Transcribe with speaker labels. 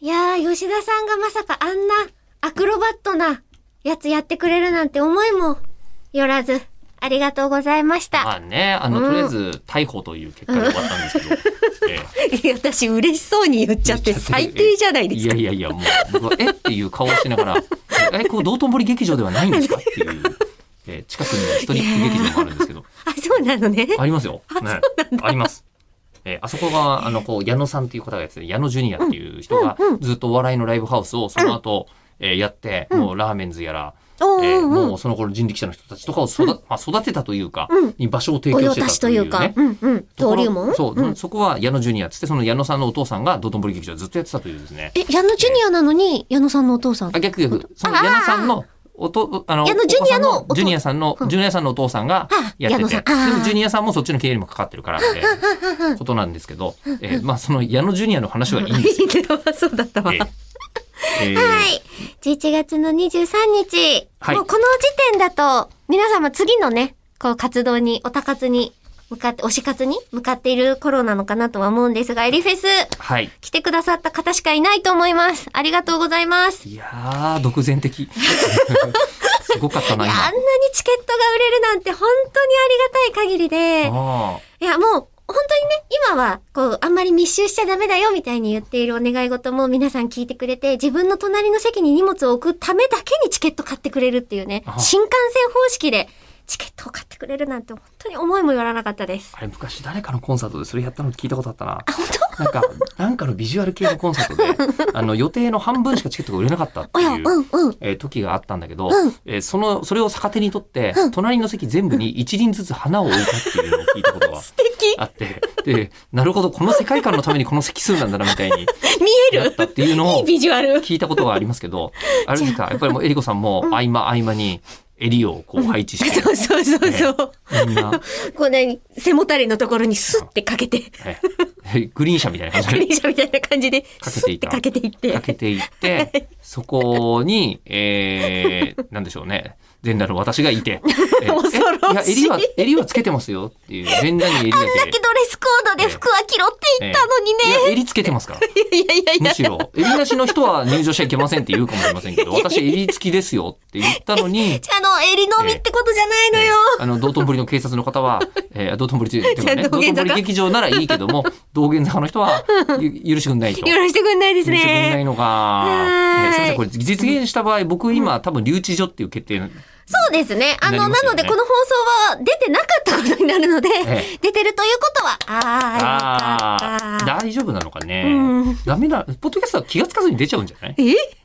Speaker 1: 吉田さんがまさかあんなアクロバットなやつやってくれるなんて思いもよらず、ありがとうございました。
Speaker 2: まあね、あの、
Speaker 1: うん
Speaker 2: とりあえず、逮捕という結果で終わったんですけど。え え
Speaker 1: いや私嬉しそうに言っちゃって最低じゃないですか。
Speaker 2: いやいやいや、もう、僕は、えっていう顔をしながら、え、こう、道頓堀劇場ではないんですかっていう。えー近くにはストリップ劇場もあるんですけど、
Speaker 1: あ、そうなのね。
Speaker 2: ありますよ。ね、あります。えーあそこが、あの、こう、矢野さんっていう方がやってて、矢野ジュニアっていう人が
Speaker 1: うんうんうん、
Speaker 2: ずっとお笑いのライブハウスをその後、えーやって、もうラーメンズやら、
Speaker 1: おう
Speaker 2: えー
Speaker 1: おうお
Speaker 2: も
Speaker 1: う
Speaker 2: うその頃人力車の人たちとかを育,、まあ、育てたというか、
Speaker 1: うん
Speaker 2: に場所を提
Speaker 1: 御
Speaker 2: 供
Speaker 1: 用
Speaker 2: してた
Speaker 1: 達
Speaker 2: と
Speaker 1: とい
Speaker 2: いう
Speaker 1: うか
Speaker 2: ね。。
Speaker 1: うんうん。
Speaker 2: ところ
Speaker 1: 登竜門
Speaker 2: そう、
Speaker 1: うん
Speaker 2: そこは矢野ジュニアっつって、その矢野さんのお父さんが道頓堀劇場をずっとやってたというですね。
Speaker 1: え、矢野ジュニアなのに、矢野さんのお父さん。
Speaker 2: あ逆逆その矢野さんのおとあの
Speaker 1: 矢野ジュニアの
Speaker 2: お子さんジュニアさんの、
Speaker 1: うん
Speaker 2: ジュニアさんのお父さんが
Speaker 1: あ
Speaker 2: やってて
Speaker 1: 矢野さんあー
Speaker 2: でもジュニアさんもそっちの経営にもかかってるからっ てことなんですけど、えーまあその矢野ジュニアの話はいいんです
Speaker 1: そうだったわ。
Speaker 2: え
Speaker 1: は
Speaker 2: ーえー
Speaker 1: い。11月の23日。
Speaker 2: はい
Speaker 1: もうこの時点だと、皆様次のね、こう活動に、おたかつに向かって、推し活に向かっている頃なのかなとは思うんですが、エリフェス、
Speaker 2: はい
Speaker 1: 来てくださった方しかいないと思います。ありがとうございます。
Speaker 2: いやー独 善的すごかったない
Speaker 1: や、
Speaker 2: 今
Speaker 1: あんなにチケットが売れるなんて本当にありがたい限りで。
Speaker 2: あー
Speaker 1: いや、もう、本当にね、今は、こう、あんまり密集しちゃダメだよ、みたいに言っているお願い事も皆さん聞いてくれて、自分の隣の席に荷物を置くためだけにチケット買ってくれるっていうね
Speaker 2: あ、
Speaker 1: 新幹線方式でチケットを買ってくれるなんて本当に思いもよらなかったです。
Speaker 2: あれ昔誰かのコンサートでそれやったの聞いたことあったななんかなんかのビジュアル系のコンサートであの予定の半分しかチケットが売れなかったって
Speaker 1: おや、う、
Speaker 2: いうん
Speaker 1: うん。
Speaker 2: えー時があったんだけど、
Speaker 1: うん
Speaker 2: えーその、それを逆手にとって、
Speaker 1: うん
Speaker 2: 隣の席全部に一輪ずつ花を置いたっていうのを聞いたことが
Speaker 1: 素敵
Speaker 2: あって、で、なるほど、この世界観のためにこの席数なんだな、みたいに
Speaker 1: 見え
Speaker 2: な
Speaker 1: る
Speaker 2: ったっていうの
Speaker 1: いい
Speaker 2: を
Speaker 1: ビジュアル
Speaker 2: 聞いたことがありますけど、あれですか、やっぱりもうエリコさんも合間合間に襟をこう配置し て、
Speaker 1: そうそうそうそう。
Speaker 2: みんな、
Speaker 1: こうね、背もたれのところにスッてかけて、
Speaker 2: えーグリーン車みたいな感じ
Speaker 1: クリ
Speaker 2: で
Speaker 1: ーン車みたいな感じで、
Speaker 2: かけ
Speaker 1: ス
Speaker 2: てい
Speaker 1: ッ
Speaker 2: た
Speaker 1: てかけていって。
Speaker 2: かけていって、そこに、えー、なんでしょうね。全裸の私がい て。えー
Speaker 1: 恐ろしい
Speaker 2: えや、襟は、襟はつけてますよっていう。全裸に襟だ
Speaker 1: あんだ
Speaker 2: け。
Speaker 1: けドレスコードで服は着ろって言ったのにね。
Speaker 2: いや、襟つけてますから。
Speaker 1: いやいやいや
Speaker 2: むしろ、襟なしの人は入場しちゃいけませんって言うかもしれませ んけど、私襟付きですよって言ったのに、
Speaker 1: じゃあの、襟のみってことじゃないのよ。
Speaker 2: えーあの道頓堀の警察の方は、えー、道頓堀というてか
Speaker 1: じ
Speaker 2: ね
Speaker 1: ゃあ
Speaker 2: 道
Speaker 1: 道
Speaker 2: 頓
Speaker 1: 玄坂
Speaker 2: 堀劇場ならいいけども道玄坂の人はゆ許してくんないと。
Speaker 1: 許してくんないです
Speaker 2: 許してくんない
Speaker 1: ね。
Speaker 2: の
Speaker 1: は
Speaker 2: か
Speaker 1: ー。い
Speaker 2: ねすみません、これ実現した場合、僕今多分留置所っていう決定、
Speaker 1: そうですね。あ
Speaker 2: な
Speaker 1: の、
Speaker 2: り
Speaker 1: な
Speaker 2: ますよ
Speaker 1: の
Speaker 2: ね
Speaker 1: でこの放送は出てなかったことになるので
Speaker 2: え、
Speaker 1: 出てるということは、ああ、よ
Speaker 2: あ
Speaker 1: か
Speaker 2: あ
Speaker 1: った。
Speaker 2: 大丈夫なのかね。
Speaker 1: うん
Speaker 2: ダメだ。ポッドキャストは気がつかずに出ちゃうんじゃない
Speaker 1: え